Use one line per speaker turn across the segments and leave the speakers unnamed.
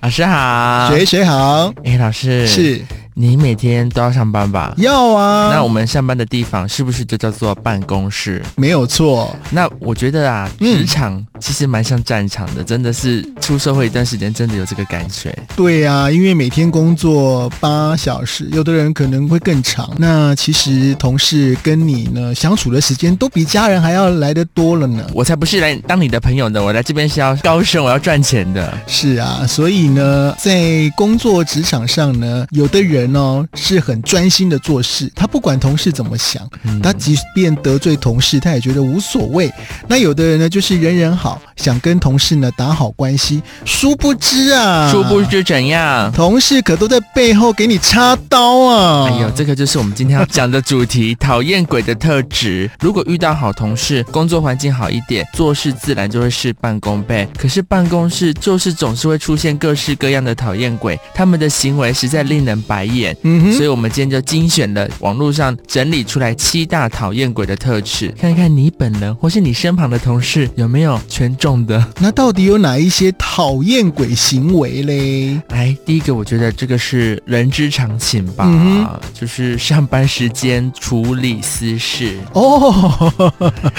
老师好，
谁谁好？
哎、老师，
是
你每天都要上班吧？
要啊，
那我们上班的地方是不是就叫做办公室？
没有错，
那我觉得啊，
嗯
职场其实蛮像战场的，真的是出社会一段时间，真的有这个感觉。
对呀、因为每天工作八小时，有的人可能会更长。那其实同事跟你呢相处的时间都比家人还要来得多了呢。
我才不是来当你的朋友的，我来这边是要高升，我要赚钱的。
是啊，所以呢，在工作职场上呢，有的人哦是很专心的做事，他不管同事怎么想，
嗯
他即便得罪同事，他也觉得无所谓。那有的人呢，就是人人好，想跟同事呢打好关系，殊不知啊，
殊不知怎样？
同事可都在背后给你插刀啊！
哎呦，这个就是我们今天要讲的主题——讨厌鬼的特质。 如果遇到好同事，工作环境好一点，做事自然就会事半功倍。可是办公室就是总是会出现各式各样的讨厌鬼，他们的行为实在令人白眼。
嗯
所
哼，
以，我们今天就精选了网络上整理出来七大讨厌鬼的特质，看看你本人或是你身旁的同事有没有全中的。
那到底有哪一些讨厌鬼行为嘞？
哎，第一个我觉得这个是人之常情吧，
嗯哼
就是上班时间处理私事。
哦，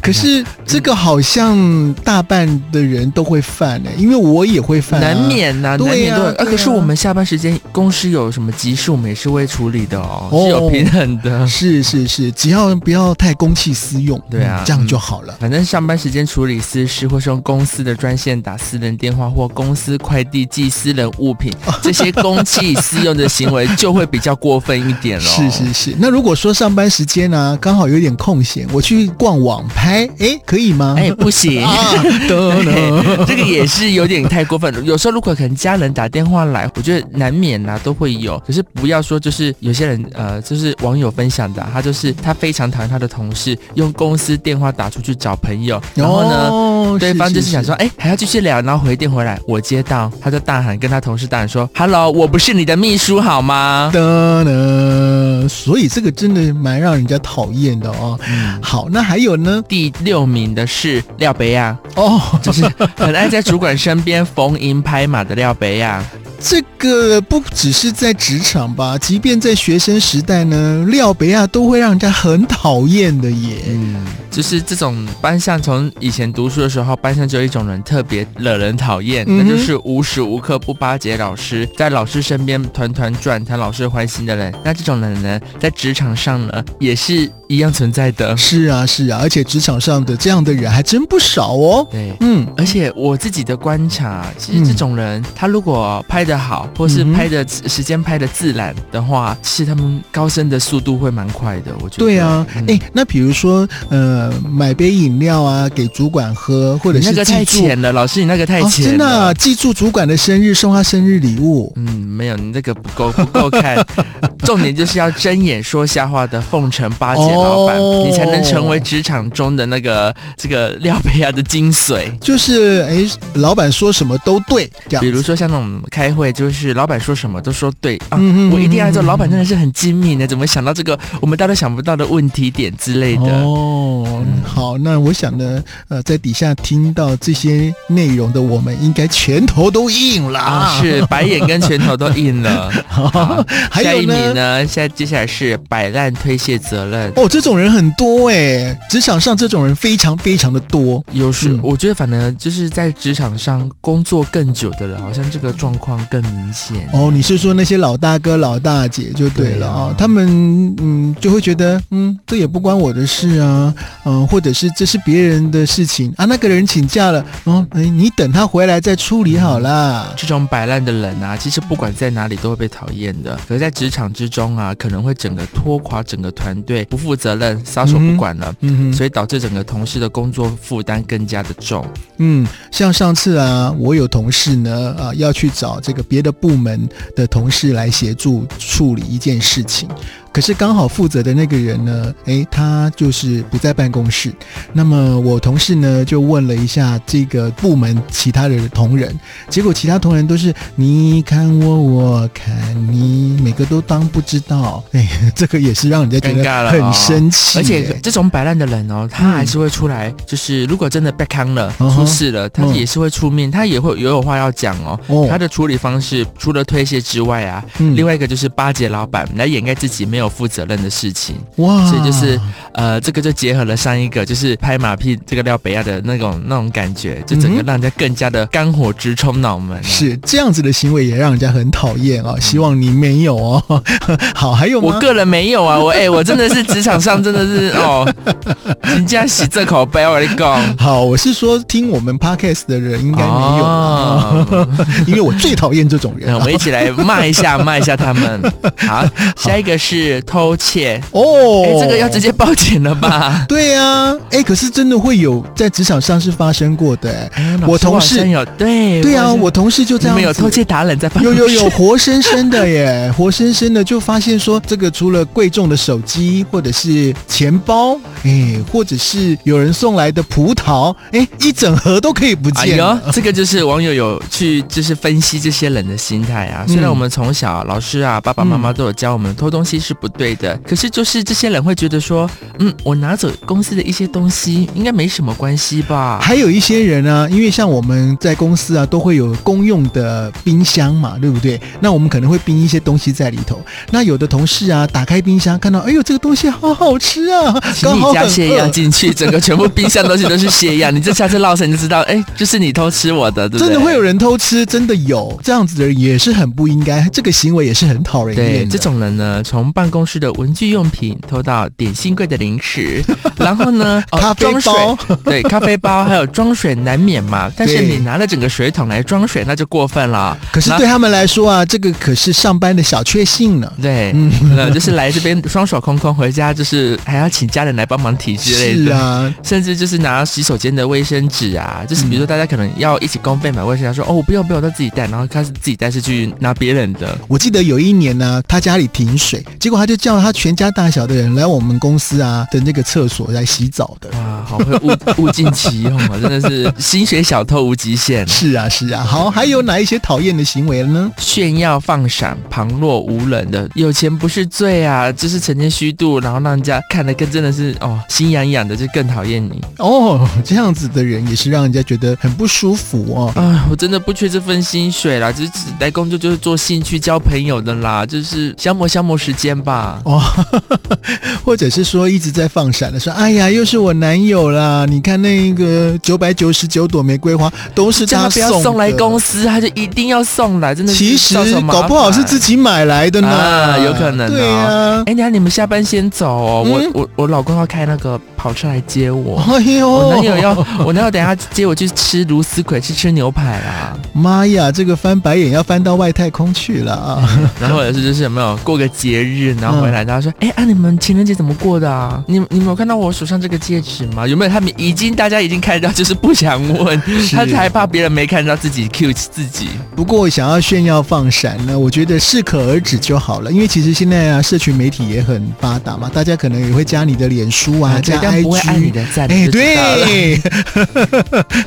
可是这个好像大半的人都会犯呢、因为我也会犯、啊，
难。免呐、
对
难免
呀
都有。
对
可是
呀
我们下班时间，公司有什么急事，我们也是会处理的哦，
哦
是有平衡的。
是是是，只要不要太公器私用，
对啊
嗯这样就好了。
反正上班时间处理私事，或是用公司的专线打私人电话，或公司快递寄私人物 品，这些公器私用的行为就会比较过分一点了。哦
是是是，那如果说上班时间呢、啊刚好有点空闲，我去逛网拍，哎，可以吗？
哎，不 行。
啊，得了。
对，这个也是有点太过分了。有时候如果可能家人打电话来，我觉得难免啦、都会有。可是不要说就是有些人呃，就是网友分享的啊、他就是他非常讨厌他的同事用公司电话打出去找朋友， 然后呢。
呢
对方哦就是想说，，哎、还要继续聊，然后回电回来，我接到，他就大喊跟他同事大喊说，Hello，我不是你的秘书好吗？
的呢，所以这个真的蛮让人家讨厌的哦。
嗯
好，那还有呢？
第六名的是廖北亚，
哦，
就是很爱在主管身边逢迎拍马的廖北亚。
这个不只是在职场吧，即便在学生时代呢，廖北亚都会让人家很讨厌的耶。
嗯，就是这种班上，从以前读书的时候，班上就有一种人特别惹人讨厌，
嗯哼
那就是无时无刻不巴结老师，在老师身边团团转，讨老师欢心的人。那这种人呢，在职场上呢，也是一样存在 的。
是啊，是啊，而且职场上的这样的人还真不少哦。
对。
嗯，
而且我自己的观察，其实
嗯
这种人，他如果拍得好，或是
嗯哼
拍的时间拍的自然的话，其实他们高升的速度会蛮快的。我觉得。
对啊，哎、
嗯
那比如说，呃，买杯饮料啊，给主管喝，或者
你
是
那个
记
太
住，
浅了，老师，你那个太
哦，
浅了。
真的啊、记住主管的生日，送他生日礼物。
嗯，没有，你这个不够不够看。重点就是要睁眼说瞎话的奉承巴结老板，
哦
你才能成为职场中的那个这个廖培亚的精髓。
就是哎，老板说什么都对，这样
比如说像那种开会，就是老板说什么都说对啊，
嗯嗯嗯
我一定要做。老板真的是很精明的，怎么想到这个我们大家都想不到的问题点之类的？
哦
嗯，
好，那我想呢，呃，在底下听到这些内容的我们，应该拳头都硬了
啊，是白眼跟拳头都硬 了。好
还
下
有
一名
呢，
呢？现在接下来是摆烂推卸责任。
哦，这种人很多哎、职场上这种人非常非常的多。
有时、
嗯
我觉得，反正就是在职场上工作更久的人，好像这个状况更明显。
哦，你是说那些老大哥、老大姐就对了啊、
对啊
他们嗯就会觉得嗯这也不关我的事啊，嗯、或者是这是别人的事情啊，那个人请假了，哦，哎你等他回来再处理好啦。
这种摆烂的人啊，其实不管在哪里都会被讨厌的。可是，在职场之中啊，可能会整个拖垮整个团队，不负责任，撒手不管了，
嗯哼
所以导致整个同事的工作负担更加的重。
嗯，像上次啊，我有同事呢，啊、要去找这个别的部门的同事来协助处理一件事情，可是刚好负责的那个人呢，诶，他就是不在办公室。那么我同事呢就问了一下这个部门其他的同仁，结果其他同仁都是你看我，我看你，每个都当不知道。 哎，这个也是让人家觉
尴尬
得
了
很
哦
生气、
而且
哎
这种摆烂的人哦，他还是会出来，就是如果真的被坑了、
嗯哼
出事了，他
嗯
也是会出面，他也会也有话要讲哦。
哦
他的处理方式除了推卸之外啊，
嗯
另外一个就是巴结老板来掩盖自己没有负责任的事情。
哇，
所以就是呃，这个就结合了上一个就是拍马屁这个廖北亚的那种那种感觉，就整
嗯
个
哼
让人家更加的肝火直冲脑门、啊。
是这样子的行为也让人家很讨厌哦，希望你没有哦。 好，还有
嗯我
吗？
个人没有啊，我 哎、我真的是职场上真的是哦，人家洗这口杯，我跟你讲，
好，我是说听我们 podcast 的人应该没有啊，
哦
因为我最讨厌这种人
那我
啊 了。
们一起来骂一下，骂一下他们。 好，下一个是偷窃，
哦
哎、，这个要直接报警了吧？
对呀、啊，哎，可是真的会有在职场上是发生过的、哎
哎
我同
老师好像
事
有对
对啊，
好像
我同事就这
你
样
们
子，
有偷窃达人在办公
有
室，
有 有，活生生的耶，活生生的就发现说，这个除了贵重的手机或者是钱包，哎，或者是有人送来的葡萄，哎，一整盒都可以不
哎
见
呦
了。，
这个就是网友有去就是分析这些人的心态啊。虽然
嗯
我们从小老师啊、爸爸妈妈都有教我们偷东西是不对
嗯
的，可是就是这些人会觉得说，嗯，我拿走公司的一些东西应该没什么关系吧？
还有一些人啊，因为像我们在公司啊，都会有公用的冰箱嘛，对不对？那我们可能会冰一些东西在里头。那有的同事啊，打开冰箱看到，哎呦，这个东西好好吃啊，
请
刚
你
好
加
很
泻药
饿。
进去，整个全部冰箱的东西都是 泻药，你这下次落谁你就知道，哎，就是你偷吃我的，对不对？
真的会有人偷吃，真的有这样子的人也是很不应该，这个行为也是很讨人
对
厌的。
这种人呢，从办公室的文具用品偷到点心柜的零食， 然后呢，哦
咖啡
装水
包
对咖啡包还有装水难免嘛。但是
对
你拿了整个水桶来装水，那就过分了。
可是
那
对他们来说啊，这个可是上班的小确幸呢。
对，
嗯
那就是来这边双手空空回家，就是还要请家人来帮忙提之类
是
的。
啊，
甚至就是拿洗手间的卫生纸啊，就是比如说大家可能要一起公费买卫
嗯
生纸，他说哦我不用不用，我都自己带，然后开始自己带是去拿别人的，
我记得有一年呢、他家里停水，结果他就叫他全家大小的人来我们公司啊的那个厕所来洗澡的。
哇，好会物物尽其用啊，真的是薪水小偷无极限。
是啊，是啊。好，还有哪一些讨厌的行为呢？
炫耀放闪、旁若无人的，有钱不是罪啊，就是呈现虚度，然后让人家看得更真的是哦，心痒痒的，就更讨厌你
哦，这样子的人也是让人家觉得很不舒服哦。
啊！我真的不缺这份薪水啦，就是只来工作就是做兴趣、交朋友的啦，就是消磨消磨时间吧。
哦， 或者是说一直在放闪的说，哎呀，又是我男友啦！你看那个九百九十九朵玫瑰花都是
叫
他
他不要送来
的
公司，他就一定要送来，真的是
其实
造成麻烦
搞不好是自己买来的呢，
啊有可能哦
对呀、
哎、等一下你们下班先走哦，
嗯
我我我老公要开那个跑车来接我。
哎呦，
我男友要，我男友等一下接我去吃芦丝葵，去吃牛排啦。
妈呀，这个翻白眼要翻到外太空去了啊！
然后或者是就是有没有过个节日，然后回
嗯
来，他说：“哎、啊，你们情人节怎么过的啊？你你们有看到我手上这个戒指吗？有没有？他们已经大家已经看到，就是不想问，他害怕别人没看到自己 cue 自己。
不过想要炫耀放闪呢，我觉得适可而止就好了，因为其实现在啊，社群媒体也很发达嘛，大家可能也会加你的脸书啊，
这
加
样不会按你
IG。
的赞，
哎，
你就知道了。
对，哎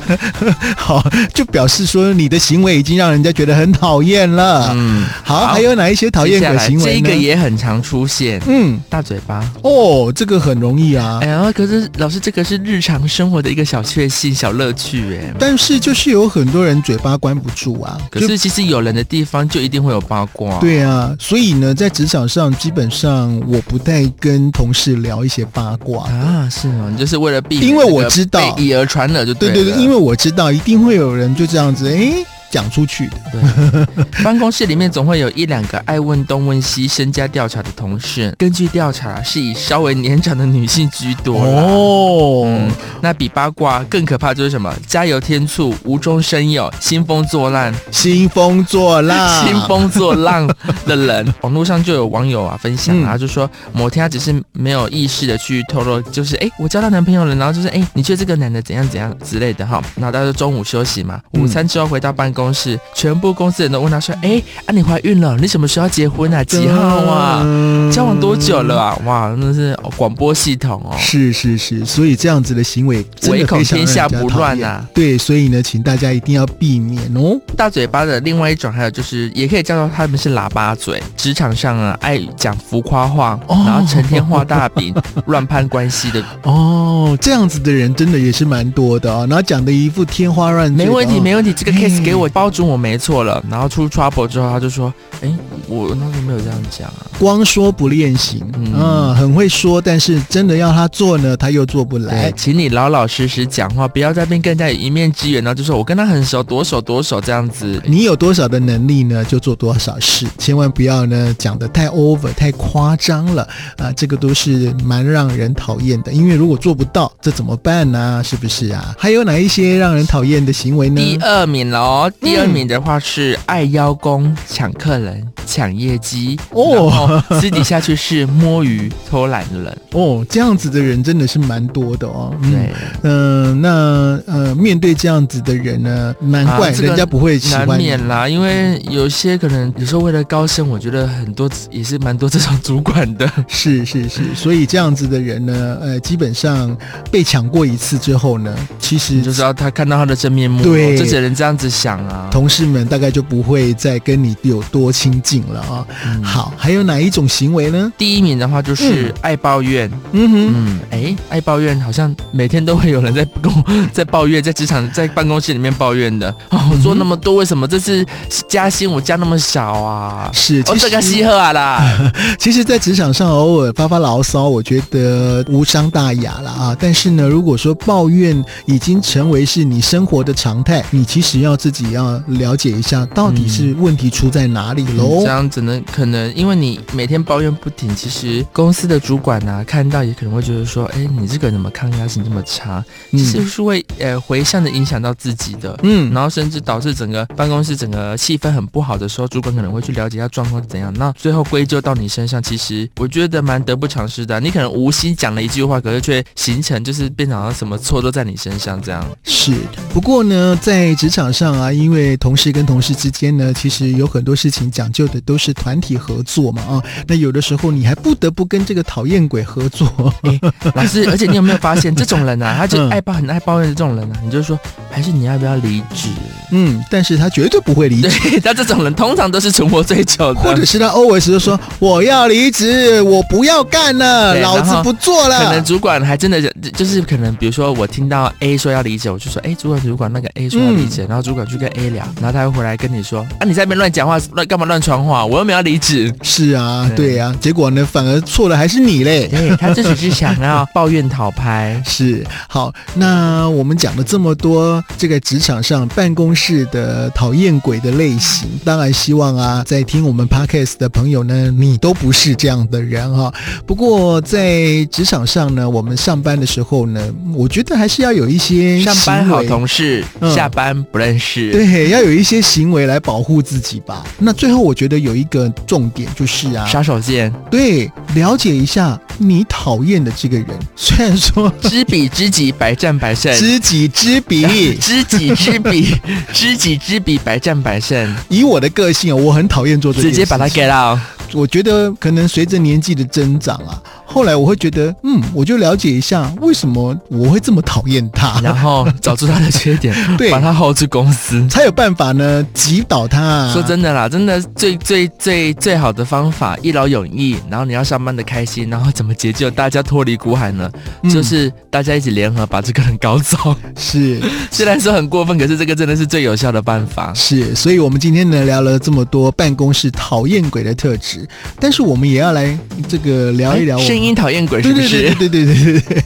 好，就表示说你的行为已经让人家觉得很讨厌了。
嗯，
好，
好
还有哪一些讨厌
接下
鬼
来
行为
这一
呢
个也很常出现，
嗯，
大嘴巴。
哦，这个很容易啊。
哎呀，可是老师，这个是日常生活的一个小确幸、小乐趣哎。
但是就是有很多人嘴巴关不住啊，
可
就是
其实有人的地方就一定会有八卦。，
对啊，所以呢，在职场上基本上我不太跟同事聊一些八卦。
啊，是吗？你就是为了避免
哦因为
这个
我知道
被以讹传讹就
对
对
对对，
了
因为我知道一定会有人就这样子，诶，讲出去的。
对办公室里面总会有一两个爱问东问西、身家调查的啊同事。根据调查，是以稍微年长的女性居多啦。
哦
嗯，那比八卦更可怕就是什么？加油添醋，无中生有，兴风作浪，
兴风作浪，
兴风作浪的 人。网络上就有网友啊分享啊，
嗯
然后就说某天他啊只是没有意识的去透露，就是哎、诶我交到男朋友了，然后就是哎、诶你觉得这个男的怎样怎样之类的哈。然后他就中午休息嘛，
嗯
午餐之后回到办公室，全部公司人都问他说，哎、啊你怀孕了？你什么时候要结婚啊？几号啊？
嗯
交往多久了？啊？哇，真的是哦广播系统哦。
是是是，所以这样子的行为真
唯
的
恐
非常
天
让
下
人家
不
讨
乱
厌。
啊！
对，所以呢，请大家一定要避免哦。
大嘴巴的另外一种，还有就是也可以叫做他们是喇叭嘴，职场上啊爱讲浮夸话，
哦
然后成天画大 饼、乱攀关系的，
哦，这样子的人真的也是蛮多的啊、然后讲的一副天花乱坠的
没
啊、
问题，没问题，这个 case
嗯
给我包准我没错了。然后出 trouble 之后，他就说，哎，我那时候没有这样讲啊，
光说不练行，
嗯
嗯很会说，但是真的要他做呢，他又做不来
对，。请你老老实实讲话，不要在那边跟人家有一面之缘，然后就说我跟他很熟，多熟多熟这样子。
你有多少的能力呢，就做多少事，千万不要呢讲的太 over 太夸张了啊，这个都是蛮让人讨厌的。因为如果做不到，这怎么办呢、是不是啊？还有哪一些让人讨厌的行为呢？
第二名喽，第二名的话是爱邀功、抢客人、抢业绩，
嗯哦
哦，私底下去是摸鱼、偷懒的人。
哦，这样子的人真的是蛮多的哦。
对，
嗯，呃那呃，面对这样子的人呢，难
啊
怪
这个
人家不会喜
难
欢你。
免啦，因为有些可能有时候为了高升，我觉得很多也是蛮多这种主管的。
是是是，所以这样子的人呢，呃，基本上被抢过一次之后呢，其实
你就知道他看到他的真面目，哦
对
这些人这样子想啊。
同事们大概就不会再跟你有多亲近了啊、
嗯，
好，还有哪一种行为呢？
第一名的话就是爱抱怨，
嗯哼，
嗯，哎、爱抱怨好像每天都会有人在跟我 在抱怨，在职场在办公室里面抱怨的。
嗯
哦，我做那么多，为什么这次加薪我加那么少啊？
是，
哦，
其
这
实、
个西鹤啊啦，
其实，在职场上偶尔发发牢骚，我觉得无伤大雅了啊。但是呢，如果说抱怨已经成为是你生活的常态，你其实要自己要了解一下，到底
嗯
是问题出在哪里 喽
这。样只能可能因为你每天抱怨不停，其实公司的主管啊看到也可能会觉得说，哎、你这个人怎么抗压性这么差？其实是会呃回向的影响到自己的。
嗯
然后甚至导致整个办公室整个气氛很不好的时候，主管可能会去了解一下状况是怎样，那最后归咎到你身上，其实我觉得蛮得不偿失的啊、你可能无心讲了一句话，可是却形成就是变成好像什么错都在你身上这样。
是，不过呢，在职场上啊，因为同事跟同事之间呢，其实有很多事情讲究的都是团体合作嘛啊。那有的时候你还不得不跟这个讨厌鬼合作。
老师，而且你有没有发现这种人啊，他就
嗯
爱抱很爱抱怨的这种人啊，你就说还是你要不要离职？
嗯，但是他绝对不会离职，
对，他这种人通常都是存活最久的，啊
或者是他 always 就说我要离职，我不要干了，
对
老
然
子
后
不做
可能
了。
主管还真的就就是可能，比如说我听到 A 说要离职，我就说，哎、主管主管那个 A 说要离职，然后主管去跟 A 聊，然后他会回来跟你说，啊，你在那边乱讲话，乱干嘛乱传话，我又没有要离职。
是啊，
对
对啊，结果呢，反而错了还是你嘞。。
对他就只是想要抱怨讨拍
是好，那我们讲了这么多这个职场上办公室的讨厌鬼的类型，当然希望啊，在听我们 podcast 的朋友呢，你都不是这样的人哈、不过在职场上呢，我们上班的时候呢，我觉得还是要有一些
上班
行
好
为
同 事，
嗯
下班不认识。
对，要有一些行为来保护自己吧。那最后我觉得有一个重点就是啊，
杀手锏，
对，了解一下你讨厌的这个人。虽然说
知彼知己，百战百胜。
知己知彼，
知己知彼， 知己知彼，百战百胜。
以我的个性啊，我很讨厌做这
直
件
接把它
事情
get out。
我觉得可能随着年纪的增长啊，后来我会觉得，嗯，我就了解一下为什么我会这么讨厌他，
然后找出他的缺 点，
对
把他 hold 住公司。
才有办法呢击倒他啊。
说真的啦，真的最最最最好的方法，一劳永逸。然后你要上班的开心，然后怎么解救大家脱离苦海呢？
嗯
就是大家一起联合把这个人搞 走。
是。
虽然说很过分，可是这个真的是最有效的办法。
是，所以我们今天呢聊了这么多办公室讨厌鬼的特质，但是我们也要来这个聊一聊我
哎
们
剩声音讨厌鬼是
对
不
对
是？
对对对对对对。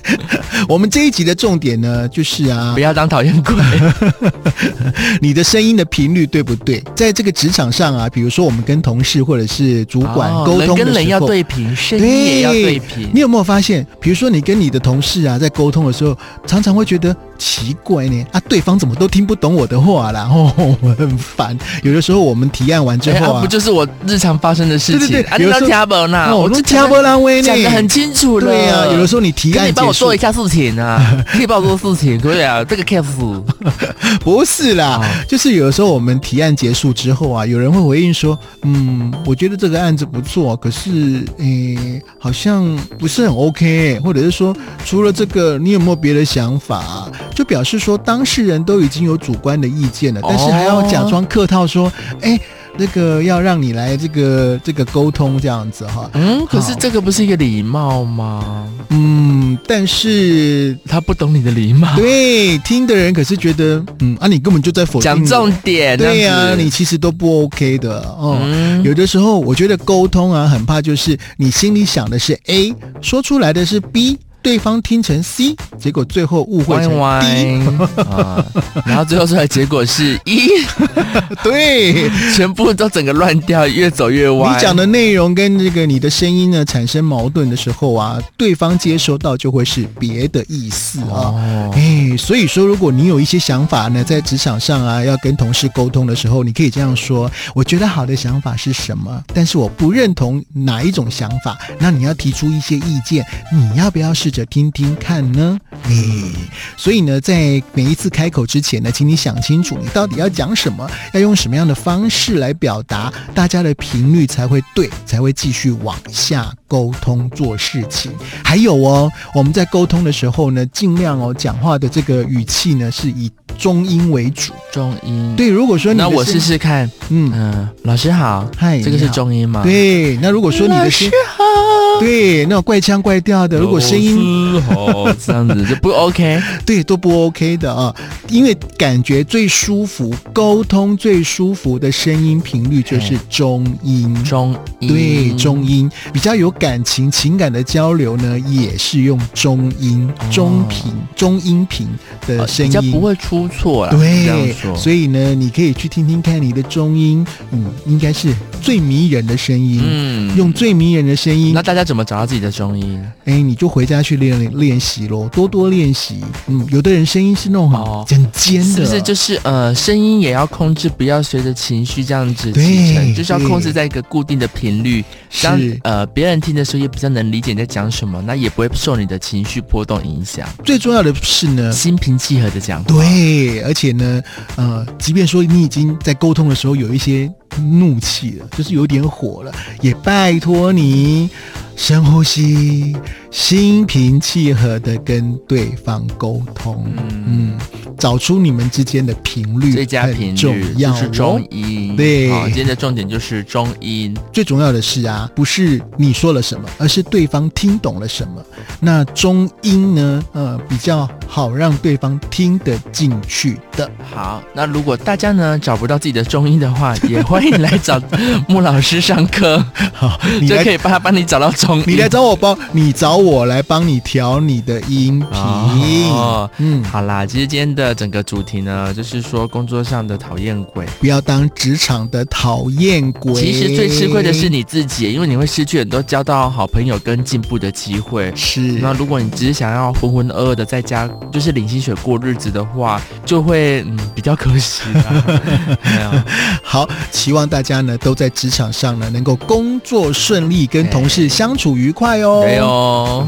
我们这一集的重点呢，就是啊
不，要当讨 厌鬼，
你的声音的频率对不对？在这个职场上啊，比如说我们跟同事或者是主管
哦
沟通
人
的
跟人
时
要
候，
对平，声音也要对哎啊
你
平。
有没有发现，比如说你跟你的同事啊在沟通的时候，常常会觉得奇怪呢，啊，对方怎么都听不懂我的话啦， 哦，我很烦。有的时候我们提案完之
哎
后
啊
啊，
不就是我日常发生的事情？
对对对
啊，你
有
要
时候
听不
那
呢？
我
就
都
讲
掐波
得
拉威呢，
讲的很清楚了。
对啊，有的
候。
时候你提
可
案
以帮我
结束
做一，下事情 啊，可以帮我做事情，可不可以啊？这个 case
不是啦，
哦
就是有的时候我们提案结束之后啊，有人会回应说，嗯，我觉得这个案子不错，可是，诶、好像不是很 OK，或者是说，除了这个，你有没有别的想法？啊就表示说当事人都已经有主观的意见了，但是还要假装客套说，诶，那个要让你来这个这个沟通这样子哈，
嗯，可是
好
这个不是一个礼貌吗？
嗯，但是。
他不懂你的礼貌，
对，听的人可是觉得，嗯啊，你根本就在否 定
讲
我
重点。啊
对呀、
呀，
你其实都不 OK 的哦。
嗯
有的时候，我觉得沟通啊，很怕就是你心里想的是 A，说出来的是 B，对方听成 C，结果最后误会
歪
成
歪
D。
啊，然后最后出来结果是一，
对，
全部都整个乱掉，越走越歪。
你讲的内容跟这个你的声音呢产生矛盾的时候啊，对方接收到就会是别的意思啊。
哦，
哎，所以说，如果你有一些想法呢，在职场上啊，要跟同事沟通的时候，你可以这样说：我觉得好的想法是什么，但是我不认同哪一种想法。那你要提出一些意见，你要不要试着听听看呢？哎，所以呢，在每一次开口之前呢，请你想清楚，你到底要讲什么，要用什么样的方式来表达，大家的频率才会对，才会继续往下沟通做事情。还有哦，我们在沟通的时候呢，尽量哦，讲话的这个语气呢是以中音为主。
中音。，
对，如果说你的
那我
声
试试看。
嗯，
嗯，老师好，
嗨，
这个是
你好。
中音吗？，
对，那如果说你的声，
好。
对，那种怪腔怪调的，如果声音
音好这样子就不 OK。
对，都不 OK 的啊，因为感觉最舒服、沟通最舒服的声音频率就是中音。
中音，
对，中音比较有感情、情感的交流呢，也是用中音、中频、中音频的
呃
声
哦比较
音。
不会出错啦。这样
对，
说。
所以呢，你可以去听听看你的中音，嗯，应该是最迷人的声音。
嗯
用最迷人的声音
那，大家怎么找到自己的中音？
哎，你就回家去练练习咯，多多练习。嗯，有的人声音是那种很、
哦
很尖的，
是不是就是呃，声音也要控制，不要随着情绪这样子
对
起承，就是要
对
控制在一个固定的频率，这样
是
呃别人听的时候也比较能理解你在讲什么，那也不会受你的情绪波动影响，
最重要的是呢，
心平气和的讲话。，
呃对，而且呢，呃，即便说你已经在沟通的时候有一些怒气了，就是有点火了，也拜托你深呼吸，心平气和的跟对方沟通，嗯
嗯
找出你们之间的频率，
最佳频
重
率
要、
就
哦。
是中音。
对
好，今天的重点就是中音。
最重要的是啊，不是你说了什么，而是对方听懂了什么。那中音呢，呃，比较好让对方听得进去的。
好，那如果大家呢找不到自己的中音的话，也欢迎来找穆老师上课，
好，你
就
来
可以帮他帮你找到中音。
你来找我帮，你找我来帮你调你的音频。
哦
嗯，
好啦，其实今天的整个主题呢，就是说工作上的讨厌鬼。
不要当职场的讨厌鬼。
其实最吃亏的是你自己，因为你会失去很多交到好朋友跟进步的机会。
是
那如果你只是想要浑浑噩噩的在家，就是领薪水过日子的话，就会嗯比较可惜 啦。对啊，
好，希望大家呢都在职场上呢能够
哦
工作顺利，跟同事相处愉快哦。
没有。